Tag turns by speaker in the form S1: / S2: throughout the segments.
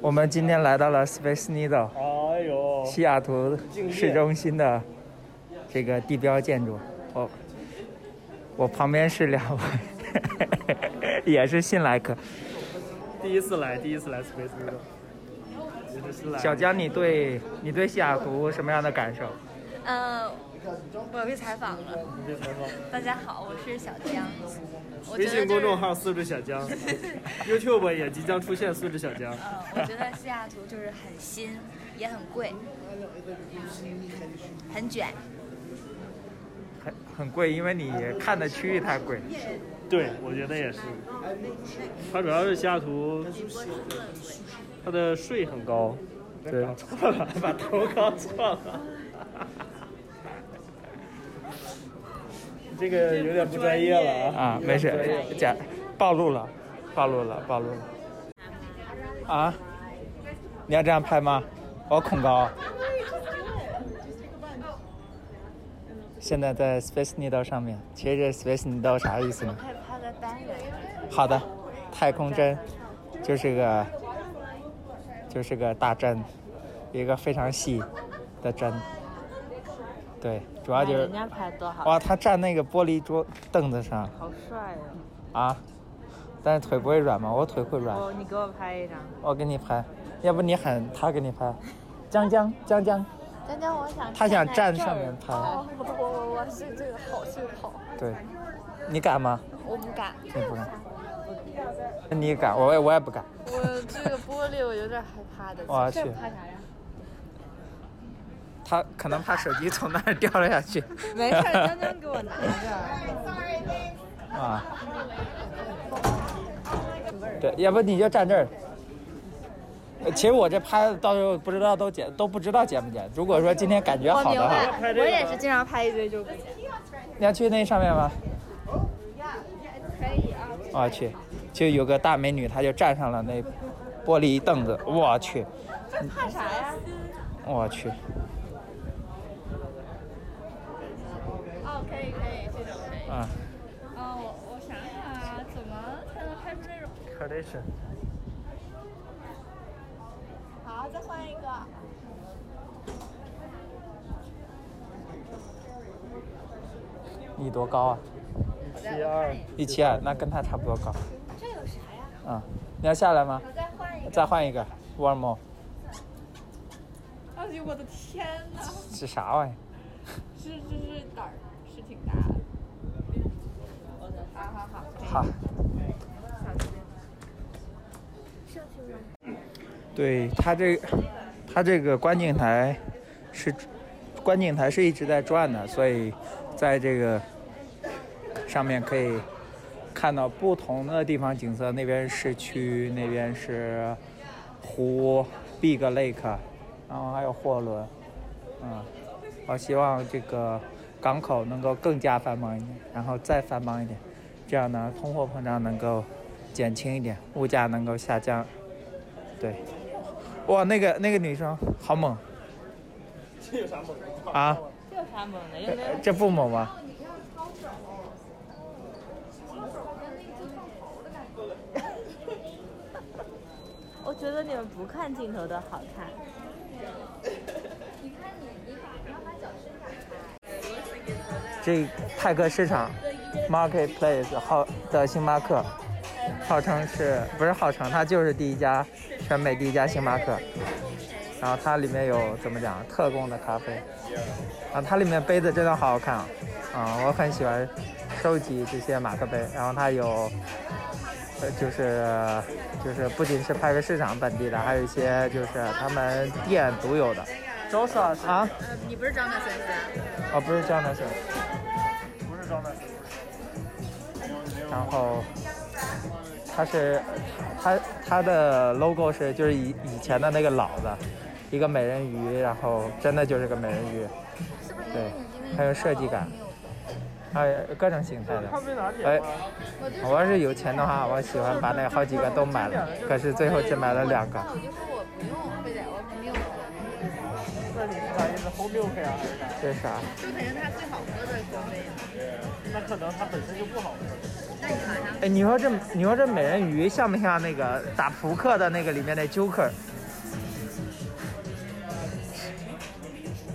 S1: 我们今天来到了 Space Needle，
S2: 哎呦，
S1: 西雅图
S2: 敬业
S1: 市中心的这个地标建筑。我我旁边是两位， 也是新来客。
S2: 第一次来，第一次来 Space Needle，也是新来。
S1: 小江，你对你对西雅图什么样的感受？
S3: 呃，我被采访了。
S2: 你别采访。
S3: 大家好，我是小江。我
S2: 微
S3: 觉得
S2: 信
S3: 就
S2: 公
S3: 是
S2: 众，号“素质 小江 ”，YouTube 也即将出现“素质小江
S3: 呃，我觉得西雅图就是很新，也很贵，很卷。
S1: 很很贵，因为你看的区域太贵。”。
S2: 对，我觉得也是。它主要是西雅图，它的税很高。 对，错了，把头搞错了。 你这个有点不专业了啊！
S1: 啊，没事，假暴露了，暴露了，暴露了。啊？你要这样拍吗？我恐高。啊现在在 Space Needle 上面，其实这 Space Needle 啥意思呢？
S3: 可以拍个单人，
S1: 好的，太空针就是个就是个大针，一个非常细的针。对，主要就是
S4: 人家拍多好，
S1: 哇，他站那个玻璃桌凳子上，
S4: 好帅呀、
S1: 啊，但是腿不会软吗？我腿会软，
S4: 哦！你给我拍一张。
S1: 我给你拍，要不你喊他给你拍，江江江江，
S4: 江江，我想
S1: 他想站上面拍，
S4: 哦
S3: 我我我是这个好是好，
S1: 对，你敢吗？
S3: 我不敢。
S1: 你不敢，你敢，我也我也不敢，
S4: 我这个玻璃我有点害怕的。
S1: 我去，
S4: 拍啥呀？
S1: 他可能怕手机从那儿掉了下去，
S4: 没事，江江给我拿着。
S1: 啊，对，要不你就站这儿。呃其实我这拍的到时候不知道都剪都不知道剪不剪。如果说今天感觉好
S4: 哦
S1: 的话，
S2: 拍这个吧
S4: 经常拍一堆就不哦行。
S1: 你要去那上面吗？可以啊。我去，就有个大美女，她就站上了那玻璃凳子，我去，
S4: 怕啥呀？
S1: 我去，
S5: 哦，可以可以，这种可以。
S1: 啊，
S5: 哦，我我想想啊，怎么才能拍出那种？
S2: Kardashian
S5: 好，再换一个。
S1: 你多高啊？
S2: 七二，
S1: 一七二，那跟她差不多高。这有啥呀？啊，你要下来吗？
S5: 再换一个。
S1: 再换一个，one more，
S5: 哎呦，我的天哪！
S1: 是啥玩意？
S5: 这这是胆儿是挺大的。好好好。
S1: 好。对它这，它这个观景台是观景台是一直在转的，所以在这个上面可以看到不同的地方景色。那边是市区，那边是湖 Big Lake，然后还有货轮。嗯，我希望这个港口能够更加繁忙一点，然后再繁忙一点，这样呢，通货膨胀能够减轻一点，物价能够下降。对，哇，那个那个女生好猛
S2: 这有啥猛的？
S1: 啊！
S4: 这有啥猛的？又没有
S1: 这不猛吗？
S4: 我觉得你们不看镜头的好看。
S1: 这派克市场 （Marketplace） 号的星巴克，号称是不是号称它就是第一家全美第一家星巴克。然后它里面有怎么讲特供的咖啡，啊，它里面杯子真的好好看啊，啊，我很喜欢收集这些马克杯。然后它有，呃，就是就是不仅是派克市场本地的，还有一些就是他们店独有的。周老师啊，
S4: 呃，你不是张大先生？
S1: 哦，不是江南省。
S2: 不是张曼玉。
S1: 然后它是它它的 logo 是就是以以前的那个老的一个美人鱼，然后真的就是个美人鱼，对，很有设计感，还有哎各种形态的。
S2: 咖啡拿铁
S1: 哎
S2: 吗？，
S1: 我要是有钱的话，我喜欢把那好几个都买了，可是最后只买了两个。
S3: 我就说我不用，非得我肯定
S2: 那你是啥意思？Whole milk 呀、啊还
S1: 这
S2: 是啥？
S1: 是啥？
S3: 就肯定它最好喝的口味。
S2: 那可能它本身就不好喝。
S1: 哎，你说这你说这美人鱼像不像那个打扑克的那个里面的 Joker？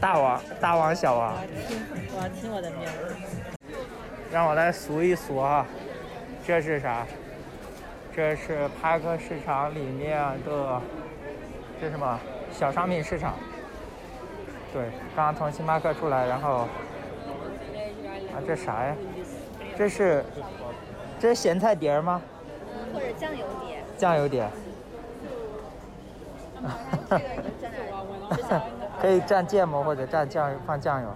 S1: 大王，大王，小王，
S4: 我要亲我的面儿。
S1: 让我来数一数啊，这是啥？这是帕克市场里面的，这是什么？小商品市场。对，刚刚从星巴克出来，然后啊，这啥呀？这是这是咸菜碟儿吗？
S6: 或者酱油碟。
S1: 酱油 碟。
S6: 这个你在哪儿？
S1: 可以蘸芥末或者蘸酱油，放酱油。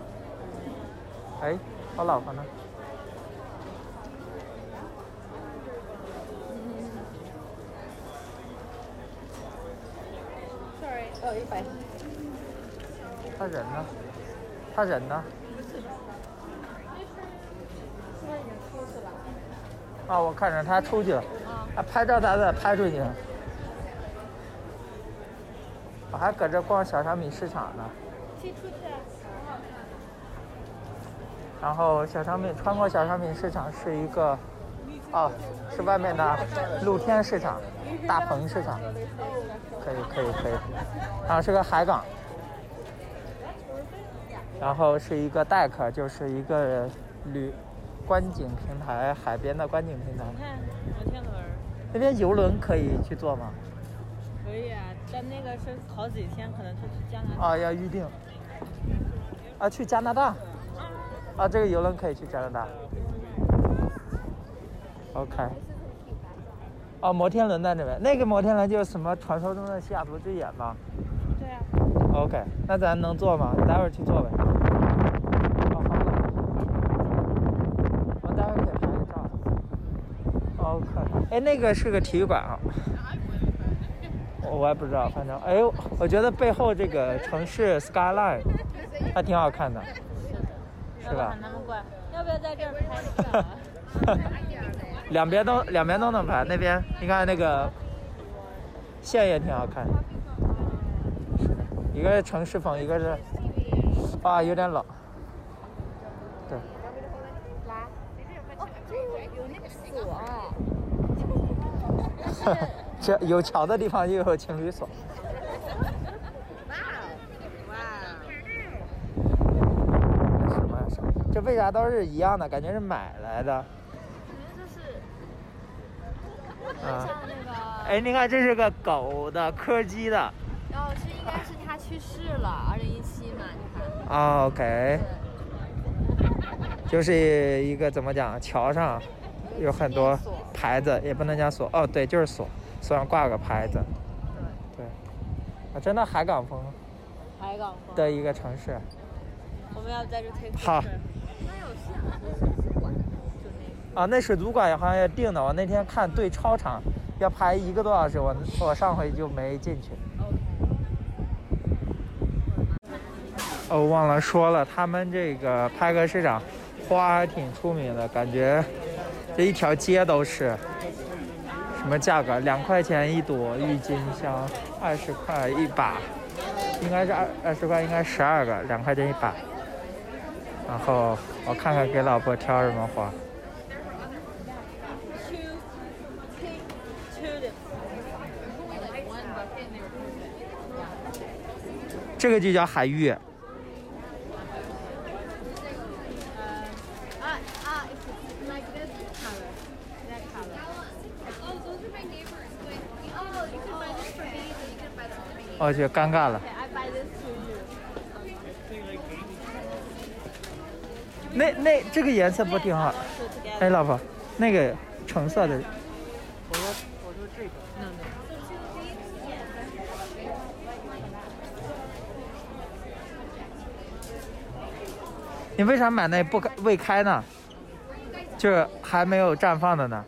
S1: 哎，我老婆呢？他人呢？他人呢？啊，我看着他出去了，他拍照他咋拍出去了？我还搁这逛小商品市场呢。然后小商品穿过小商品市场是一个，哦，是外面的露天市场，大棚市场。可以可以可以，然后是个海港，然后是一个 deck，就是一个旅观景平台，海边的观景平台
S4: 你。看摩天轮儿
S1: 那边游轮可以去坐吗？
S4: 可以啊，但那个是好几天，可能是去加拿大。
S1: 啊，要预定。啊，去加拿大。啊，这个游轮可以去加拿大。OK。哦，摩天轮在那边，那个摩天轮就是什么传说中的西雅图之眼吗？
S4: 对啊，
S1: OK，那咱能做吗？待会儿去做呗。哦，好冷我待会儿给拍个照。OK，哎，那个是个体育馆啊。我我也不知道，反正哎呦，我觉得背后这个城市 skyline 还挺好看的，是
S4: 要不
S1: 吧
S4: 喊？他们过来，要不要在这儿拍照啊？
S1: 两边都两边都能拍，那边你看那个线也挺好看。是的，一个是城市风，一个是啊有点冷。对，
S5: 哦，这有那个锁啊！
S1: 这有桥的地方又有情侣锁。什么呀？什么这为啥都是一样的？感觉是买来的。啊，
S5: 像那个，
S1: 哎，你看这是个狗的柯基的。
S5: 哦，这应该是他去世了，二零一七嘛，你看，
S1: 啊 OK，就是一个怎么讲，桥上有很多牌子，也不能叫锁哦，对，就是锁，锁上挂个牌子。对，啊，真的海港风
S4: 海港风。
S1: 的一个城市。
S4: 我们要在这推。
S1: 好。啊，那水族馆好像也定的，我那天看对超长，要排一个多小时，我我上回就没进去。哦，忘了说了，他们这个拍个市场花还挺出名的，感觉这一条街都是。什么价格？两块钱一朵郁金香，二十块一把，应该是二二十块，应该十二个，两块钱一把。然后我看看给老婆挑什么花。这个就叫海芋，
S5: 啊啊，it's like this color, that color. Oh, those are my neighbors. Like, oh, you can buy this for me, and you can buy that for me.
S1: 我觉得哦尴尬了。
S5: I buy this for you.
S1: 那那这个颜色不挺好？哎，老婆，那个橙色的，
S4: 我说我说这个。No no。
S1: 你为啥买那不开未开呢？就是还没有绽放的呢。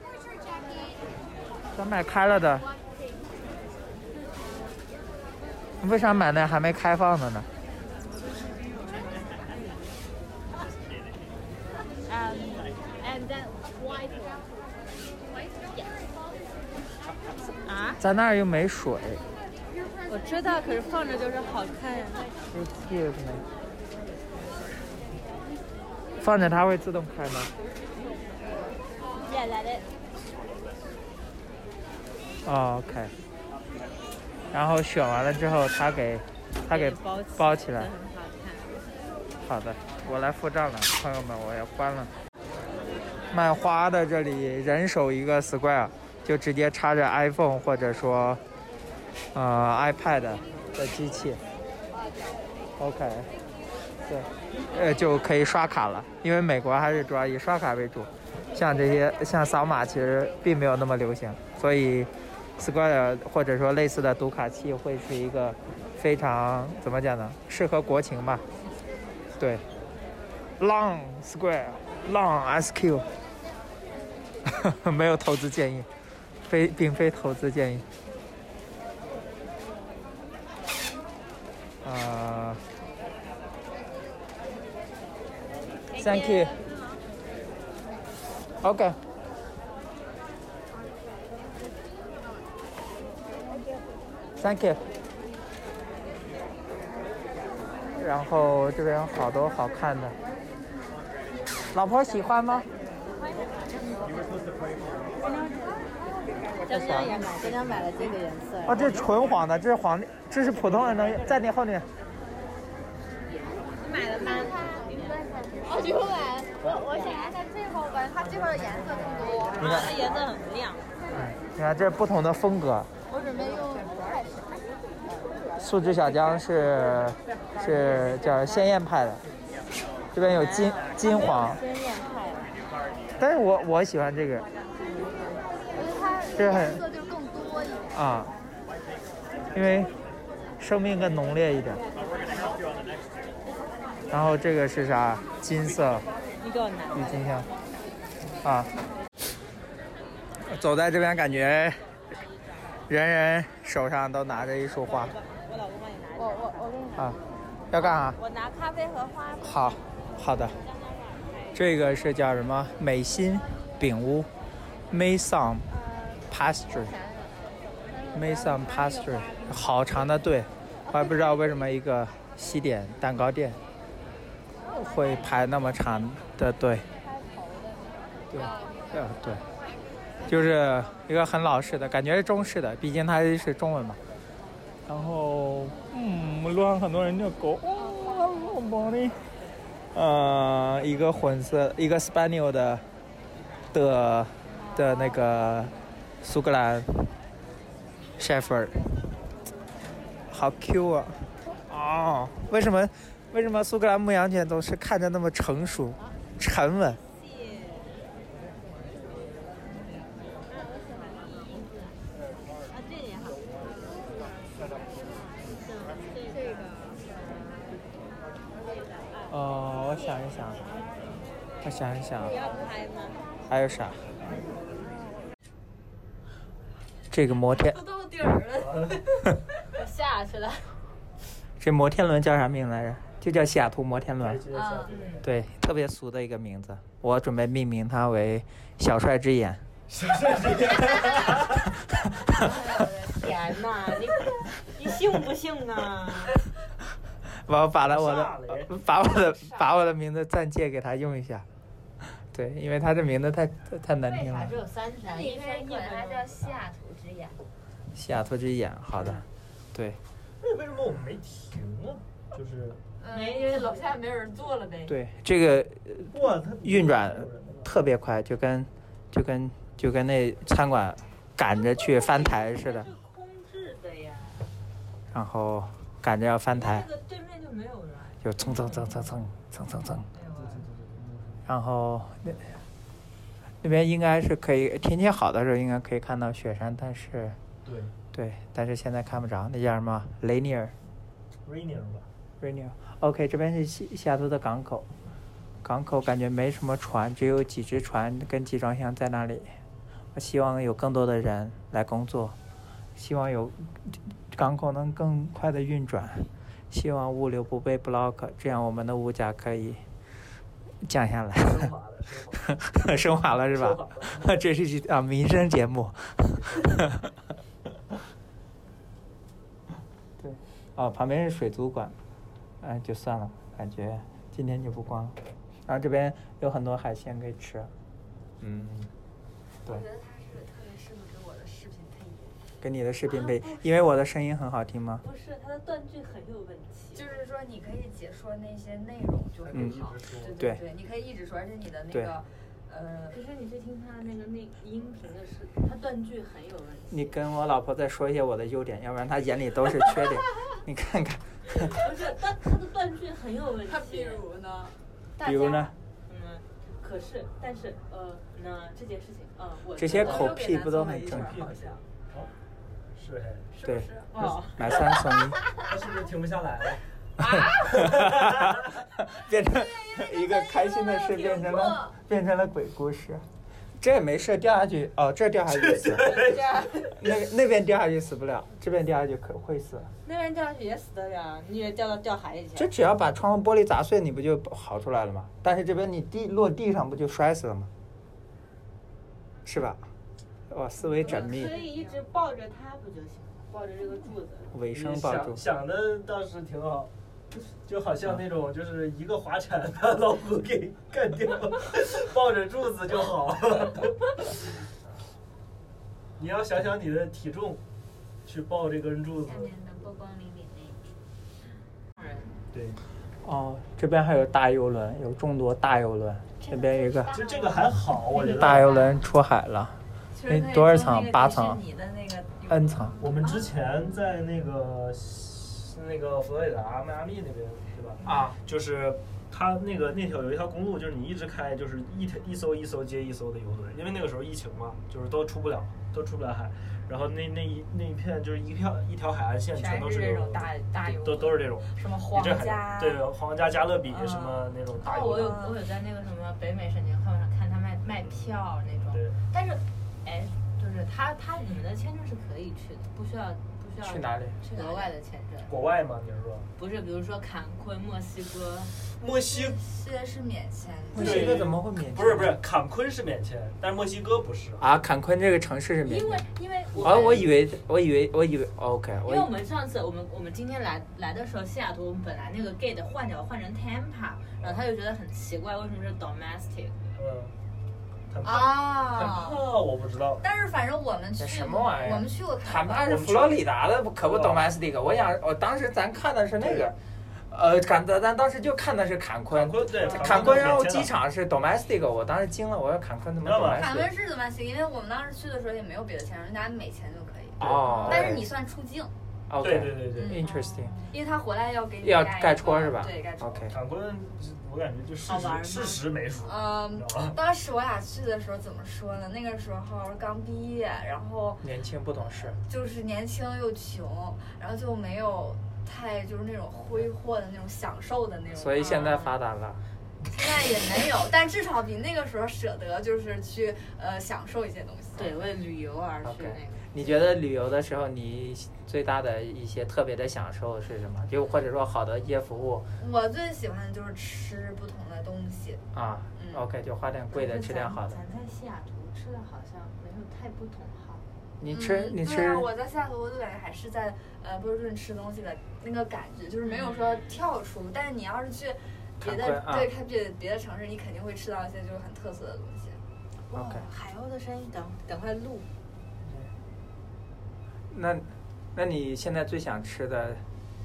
S1: 咱买开了的，你为啥买那还没开放的呢？
S4: 嗯。And then white one. 啊，
S1: 咱那儿又没水。
S4: 我知道，可是放着就是好看呀、
S1: Excuse me。放着它会自动开吗？
S4: Yeah, that it.
S1: 哦，OK。然后选完了之后，他给，他给
S4: 包
S1: 包起来
S4: 真。的很
S1: 好
S4: 好看。
S1: 的，我来付账了，朋友们，我要关了。卖花的这里人手一个 Square，就直接插着 iPhone 或者说，呃 iPad 的机器。OK，对，呃就可以刷卡了，因为美国还是主要以刷卡为主，像这些像扫码其实并没有那么流行，所以 Square 或者说类似的读卡器会是一个非常怎么讲呢？适合国情吧。对，Long Square Long SQ，没有投资建议，非并非投资建议。啊、t h a n k you。OK。Thank you。然后这边有好多好看的。老婆喜欢吗？
S4: 张张也买，张张买了这个颜色。
S1: 啊，这是纯黄的，这是黄的，这是普通人的，在那后面。
S5: 我就哦买，我我想要看这个吧，它这块的颜色更多。
S1: 你
S4: 它
S1: 看
S4: 的，颜色很亮。
S1: 你看，这是不同的风格。
S5: 我准备用开始。
S1: 素质小江是是叫鲜艳派的，这边有金金
S5: 啊
S1: 黄，
S4: 鲜艳派了。
S1: 但是我我喜欢这个
S5: 我觉得它
S1: 这很
S5: 颜色就更多一点。
S1: 啊，因为生命更浓烈一点。然后这个是啥？金色。
S4: 你给我拿。
S1: 郁金香啊。走在这边，感觉人人手上都拿着一束花
S4: 我老公帮你拿。
S5: 我我我给你
S1: 啊，要干啥？
S4: 我拿咖啡和花。
S1: 好，好的。这个是叫什么？美心饼屋，Maison Pastry，Maison Pastry，好长的队，我也不知道为什么一个西点蛋糕店会排那么长的队。对，呃，对，就是一个很老式的感觉，是中式的，毕竟它是中文嘛。然后，嗯，路上很多人遛狗，哦，宝贝。呃，一个混色，一个 Spaniel 的的的那个苏格兰 Shepherd，好 Q 啊！哦，为什么为什么苏格兰牧羊犬总是看着那么成熟、沉稳？
S4: 啊，这个也好。
S1: 哦，我想一想，我想一想，
S4: 你要拍吗？
S1: 还有啥？这个摩天，
S4: 到底儿了。我下去了。
S1: 这摩天轮叫啥名来着？就叫西雅图摩天轮。
S4: 啊，
S7: 嗯
S1: 对，特别俗的一个名字，我准备命名它为“小帅之眼
S4: 天呐，你你信不信啊 呢？”，
S1: 我 把了我
S7: 吓人
S1: 的，把我的，把我的名字暂借给他用一下。对，因为他这名字太太太难听了。
S4: 有三条
S6: 你可以管它叫西雅图之眼。
S1: 西雅图之眼，好
S7: 嗯
S1: 的，对
S7: 那为什么我们没停啊？就是
S4: 没，呃因为楼下没人坐了呗。
S1: 对，这个
S7: 哇，它
S1: 运转特别快，就跟就跟就跟那餐馆赶着去翻台似的
S4: 是，空置的呀，
S1: 然后赶着要翻台
S4: 这。个对面就没有人。
S1: 就蹭蹭蹭蹭蹭蹭蹭蹭，然后那那边应该是可以，天气好的时候应该可以看到雪山，但是
S7: 对
S1: 对，但是现在看不着，那叫什么雷尼尔
S7: Rainier 吧，
S1: r a n i e r OK，这边是西西雅图的港口，港口感觉没什么船，只有几只船跟集装箱在那里。我希望有更多的人来工作，希望有港口能更快的运转，希望物流不被 block，这样我们的物价可以降下来。
S7: 升华了，升华了
S1: 升华了是
S7: 升华
S1: 吧？ 这是一啊民生节 目。对，哦，旁边是水族馆，哎，就算了，感觉今天就不逛了。然后这边有很多海鲜可以吃，嗯，对，
S3: 觉得他是特别适合给我的视频配音，
S1: 给你的视频配，因为我的声音很好听吗？
S4: 不是他的断句很有问题，
S3: 就是说你可以解说那些内容就很好，对
S1: 对
S3: 对，你可以一直说，而且你的那
S1: 对
S3: 个呃
S4: 可是你去听他那个那音频的是，他断句很有问题。
S1: 你跟我老婆再说一些我的优点，要不然她眼里都是缺点。你看看，
S4: 不是他他的断句很有问题。
S3: 他比如呢，
S1: 比如呢，
S4: 嗯，可是但是呃，那这件事情，嗯、呃，我
S1: 这些口癖不都很正常？
S3: 好像
S2: 是哎，
S3: 是
S1: 对
S3: 不是？
S4: 哦，
S1: 买三送一，
S2: 他是不是停不下来了？
S1: 变成一个开心的事，变成了变成了鬼故事。这也没事，掉下去哦，这掉下去死，那个那边掉下去死不了，这边掉下去可会死。
S4: 那边掉下去也死得了，你也掉到掉海里去
S1: 就只要把窗户玻璃砸碎，你不就好出来了吗？但是这边你地落地上不就摔死了吗？是吧？哇，思维缜
S3: 嗯
S1: 密
S4: 可，以一直抱着它不就行了？抱着这个柱子，
S1: 尾
S2: 你
S1: 声抱住
S2: 想。想的倒是挺好，就好像那种就是一个滑铲把老虎给干掉，抱着柱子就好。你要想想你的体重，去抱这根柱子
S3: 下。面的波光粼粼那
S2: 对，
S1: 哦，这边还有大游轮，有众多大游轮。这边有一个
S2: 其实这个还好，我觉得。
S1: 大游轮出海了，
S3: 其
S1: 哎
S3: 实可以
S1: 多少
S3: 从那
S1: 层
S3: 个
S1: 八
S3: 迪士
S1: 层
S3: 尼的那个有
S1: n 层。
S2: 我们之前在那个西那个佛罗里达迈阿密那边，对吧？
S1: 啊，
S2: 就是它那个那条有一条公路，就是你一直开，就是一条一艘一艘接一艘的游轮，因为那个时候疫情嘛，就是都出不了，都出不了海。然后那那一那一片就是一票一条海岸线全
S3: 全
S2: 都
S3: 是
S2: 游
S3: 这
S2: 轮
S3: 种，大大游
S2: 都都是这种。
S3: 什么
S2: 你
S3: 皇
S2: 这海
S3: 家
S2: 对皇家加勒比
S3: 嗯
S2: 什么那种大
S3: 哦，
S2: 游
S3: 我有
S2: 轮，
S3: 我有在那个什么北美神经课上看他卖卖票那种，
S2: 对，
S3: 但是，哎，就是他他你们的签证是可以去的，不需要不需要
S1: 去哪里？
S3: 去额外的签证，
S2: 国外嘛，你是说？
S3: 不是比如说坎昆、墨西哥，
S2: 墨西
S6: 现在是免签的，
S1: 墨西哥怎么会免签？
S2: 不是不是，坎昆是免签，但是墨西哥不是。
S1: 啊，坎昆这个城市是免
S3: 因为
S1: 签。
S3: 因为我
S1: 哦，
S3: 们
S1: 我以为我以为我以为 OK，
S3: 因
S1: 我
S3: 为我
S1: 以
S3: 们上次我们我们今天来来的时候，西雅图我们本来那个 gate 换掉换成 Tampa，然后他就觉得很奇怪，为什么是 domestic？
S2: 嗯，坦帕，坦
S6: 啊。
S2: 帕我不知道。
S6: 但是反正我们去
S1: 什么玩意儿
S6: 我们去过
S1: 坦
S6: 坎昆，
S1: 帕是佛罗里达的，可不
S2: 哦
S1: 懂 S D 个。我想，我当时咱看的是那个，呃，坎咱咱当时就看的是坎
S2: 坎
S1: 昆，
S2: 昆对，
S1: 坎昆，然后
S2: 免签
S1: 机
S2: 了
S1: 场是 domestic，我当时惊了，我说坎昆怎么
S2: 知道吧
S6: 坎
S1: domestic？
S6: 昆是 domestic，因为我们当时去的时候也没有别的签证，就拿美签就可以。
S1: 哦，
S6: 但是你算出境，
S2: 对
S1: OK
S2: 对对对，
S1: interesting，
S6: 因为他回来要给你
S1: 要
S6: 一个
S1: 盖戳是吧
S6: 对，盖戳。
S1: OK，
S2: 坎昆，我感觉就事
S3: 好玩吗
S2: 实事实没数，你
S6: 嗯
S2: 知，道吧？
S6: 当时我俩去的时候怎么说呢？那个时候刚毕业，然后
S1: 年轻不懂事，
S6: 就是年轻又穷，然后就没有太就是那种挥霍的那种享受的那种。
S1: 所以现在发达了。
S6: 现在也没有，但至少比那个时候舍得，就是去呃享受一些东西。
S3: 对，为旅游而去
S1: OK
S3: 那个。
S1: 你觉得旅游的时候，你最大的一些特别的享受是什么？就或者说好的一些服务
S6: 我最喜欢的就是吃不同的东西，
S1: 啊
S6: 嗯
S1: ？OK，就花点贵的，吃点好的
S3: 咱。咱在西雅图吃的好像没有太不同好。
S1: 你吃
S6: 嗯
S1: 你
S6: 对
S1: 吃
S6: 啊，我在西雅图，我就感觉还是在呃波士顿吃东西的那个感觉，就是没有说跳出。但是你要是去别的
S1: 嗯坎昆啊
S6: 对看别别的城市，你肯定会吃到一些就是很特色的东西。
S3: 哇
S1: OK
S3: 海鸥的声音等等会录。
S1: 那，那你现在最想吃的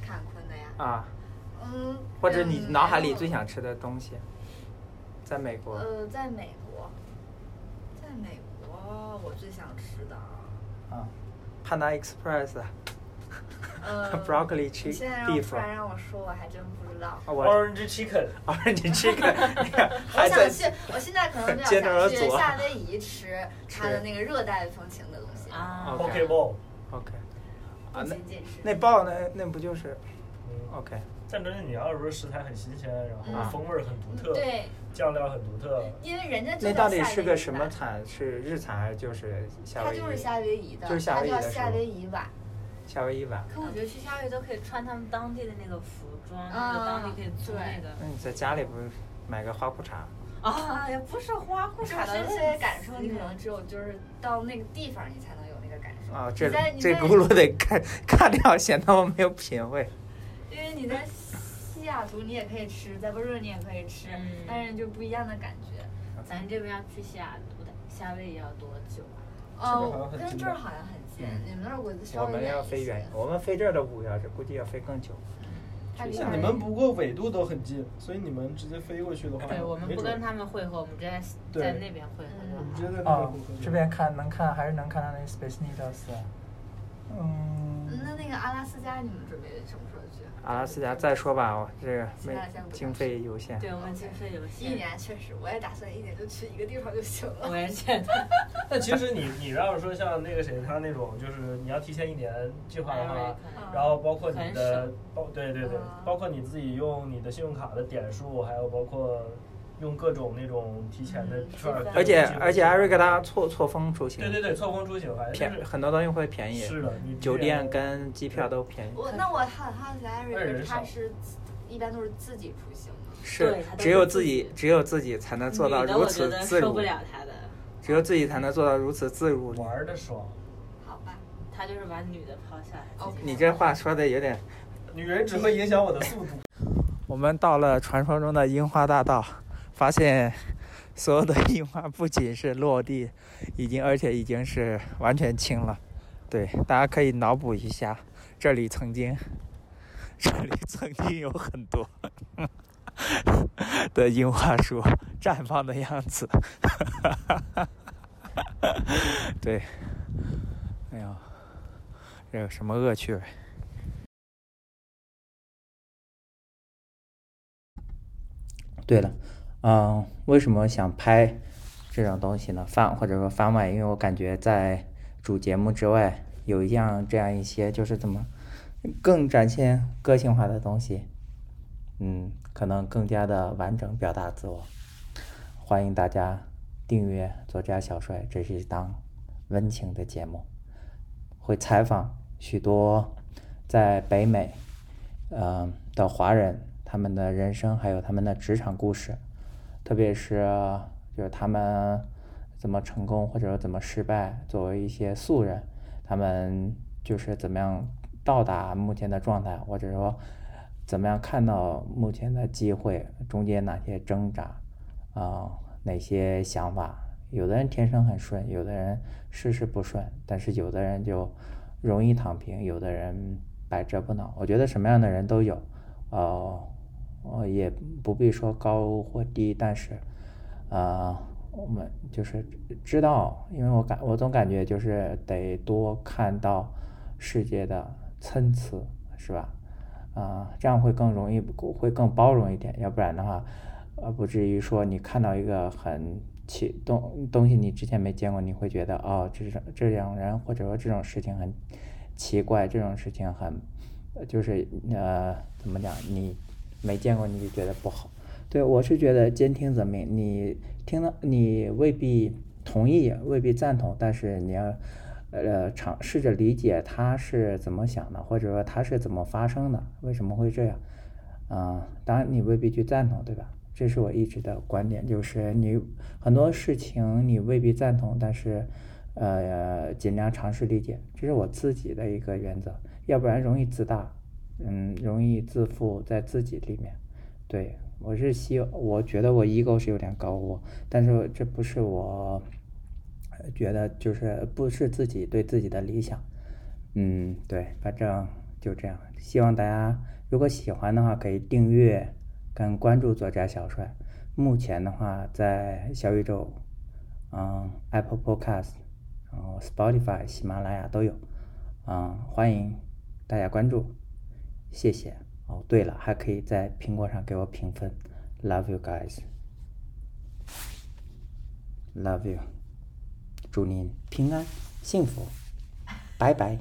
S6: 坎昆的呀，
S1: 啊，
S6: 嗯，
S1: 或者你
S6: 嗯
S1: 脑海
S6: 没
S1: 里
S6: 有
S1: 最想吃的东西，在美国，
S6: 呃，在美国，在美国我最想吃的，
S1: 啊，Panda Express 啊
S6: 呃
S1: broccoli
S6: 你
S1: cheese
S6: 现在让
S1: beef，
S6: 突然让我说，我还真不知道。
S1: 啊我
S2: Orange Chicken，
S1: orange chicken，那个
S6: 我
S1: 还
S6: 想
S1: 在
S6: 去，我现在可能比 较
S1: 接着
S6: 想去
S1: 左
S6: 夏威夷吃它
S1: 吃
S6: 的那个热带风情的东西，
S3: 啊
S1: OK
S2: Pokeball，
S1: OK，啊
S6: 不
S1: 那
S6: 仅仅是
S1: 那鲍那那不就是 OK
S2: 象征你嗯要是说食材很新鲜，然
S1: 啊
S2: 后风味儿很独特，
S6: 对，
S2: 酱料很独特，
S6: 因为人家就
S1: 那
S6: 叫
S1: 到底
S6: 夏
S1: 是
S6: 威
S1: 个
S6: 夷
S1: 什么
S6: 吧？
S1: 产？是日产还是就是夏
S6: 它
S1: 威夷？
S6: 就是夏威夷的，
S1: 就是夏威夷
S6: 它
S1: 的
S6: 叫
S1: 是
S6: 夏
S1: 吗
S6: 威夷吧？
S1: 夏威夷吧？
S3: 可我觉得去夏威夷都可以穿他们当地的那个服装，
S6: 啊
S3: 就当地可以租那个
S1: 那你在家里不是买个花裤衩？
S3: 啊，也不是花裤
S6: 就是
S3: 衩的
S6: 这
S3: 问
S6: 些
S3: 题
S6: 感受，你可能只有就是到那个地方，你才能有那个感受。
S1: 啊，这
S6: 你在你
S1: 这
S6: 在
S1: 轱辘得看 看掉，显得我没有品味。
S6: 因为你在西雅图你也可以吃，在波士顿你也可以吃
S3: 嗯，
S6: 但是就不一样的感觉。
S3: 咱这边要去西雅图的，夏威夷要多久啊？
S6: 哦，跟这儿好像很近，你们那儿我稍
S1: 嗯我
S6: 微
S1: 们
S6: 远
S1: 要
S6: 一
S1: 飞
S6: 些
S1: 远，哦我们飞这儿都五个小时，估计要飞更久。
S6: 太离
S8: 像
S6: 谱
S8: 你
S6: 了
S8: 们不过纬度都很近，所以你们直接飞过去的话，
S3: 对，我们
S8: 没
S3: 不
S8: 准
S3: 跟他们会合，我们直接
S8: 对
S3: 在那边会合
S8: 我们。直
S3: 就好
S8: 接在那边
S2: 啊
S1: 哦
S8: 过去，
S1: 这边看能看还是能看到那个 Space Needles 啊。嗯，
S6: 那那个阿拉斯加，你们准备什么时候去？
S1: 阿拉斯加再说吧，我这个没
S6: 现在先不
S1: 经费有限。
S3: 对，我们经费有
S6: 一
S3: 限，
S6: 年确实，我也打算一年就去一个地方就行了。
S3: 我也觉得。
S2: 但其实你你要是说像那个谁他那种，就是你要提前一年计划的话，
S6: 嗯
S2: 然后包括你
S3: 很
S2: 的
S3: 省
S2: 包对对对
S6: 啊，
S2: 包括你自己用你的信用卡的点数，还有包括用各种那种提前的券儿
S6: 积分，
S1: 而且
S2: 积分
S1: 而且艾瑞克他错错峰出行，
S2: 对对对，错峰出行还
S1: 便
S2: 是
S1: 很多东西会便宜，
S2: 是的，你
S1: 酒
S2: 这样
S1: 店跟机票都便宜。
S6: 我那我很好奇
S2: 那人
S6: ，Eric
S2: 少
S6: 他是一般都是自己出行吗？
S1: 是
S3: 对他，都
S1: 只有
S3: 是
S1: 自
S3: 自己
S1: 己只有自己才能做到
S3: 女的
S1: 如
S3: 我
S1: 此
S3: 觉得
S1: 自
S3: 受
S1: 如
S3: 不，了他的，
S1: 只有自己才能做到如此自如。
S2: 玩的爽，
S6: 好吧，
S3: 他就是把女的抛下来。
S6: OK
S1: 你这话说的有点
S2: 女人只会影响我的速度。
S1: 我们到了传说中的樱花大道，发现所有的樱花不仅是落地，已经而且已经是完全青了。对，大家可以脑补一下，这里曾经，这里曾经有很多的樱花树绽放的样子。 对，哎呀，这有什么恶趣味？对了，嗯，为什么想拍这种东西呢？番或者说番外，因为我感觉在主节目之外有一样这样一些，就是怎么更展现个性化的东西，嗯，可能更加的完整表达自我。欢迎大家订阅作家小帅，这是一档温情的节目，会采访许多在北美嗯的华人，他们的人生还有他们的职场故事，特别是就是他们怎么成功或者说怎么失败，作为一些素人，他们就是怎么样到达目前的状态，或者说怎么样看到目前的机会，中间哪些挣扎，啊、哪些想法。有的人天生很顺，有的人事事不顺，但是有的人就容易躺平，有的人百折不挠。我觉得什么样的人都有，呃，呃也不必说高或低，但是，呃，我们就是知道，因为我感我总感觉就是得多看到世界的参差，是吧？啊、这样会更容易，会更包容一点，要不然的话，呃，不至于说你看到一个很奇东东西你之前没见过，你会觉得哦，这种这种人或者说这种事情很奇怪，这种事情很呃就是呃怎么讲，你没见过你就觉得不好。对我是觉得兼听则明，你听了你未必同意，未必赞同，但是你要。呃，尝试着理解他是怎么想的，或者说他是怎么发生的，为什么会这样？啊、当然你未必去赞同，对吧？这是我一直的观点，就是你很多事情你未必赞同，但是呃，尽量尝试理解，这是我自己的一个原则，要不然容易自大，嗯，容易自负在自己里面。对我是希，我觉得我 ego 是有点高我，但是这不是我呃觉得就是不是自己对自己的理想。嗯，对，反正就这样。希望大家如果喜欢的话，可以订阅跟关注作家小帅。目前的话，在小宇宙、嗯，Apple Podcast，然后 Spotify、喜马拉雅都有。嗯，欢迎大家关注，谢谢。哦，对了，还可以在苹果上给我评分。Love you guys. Love you. 祝您平安、幸福，拜拜。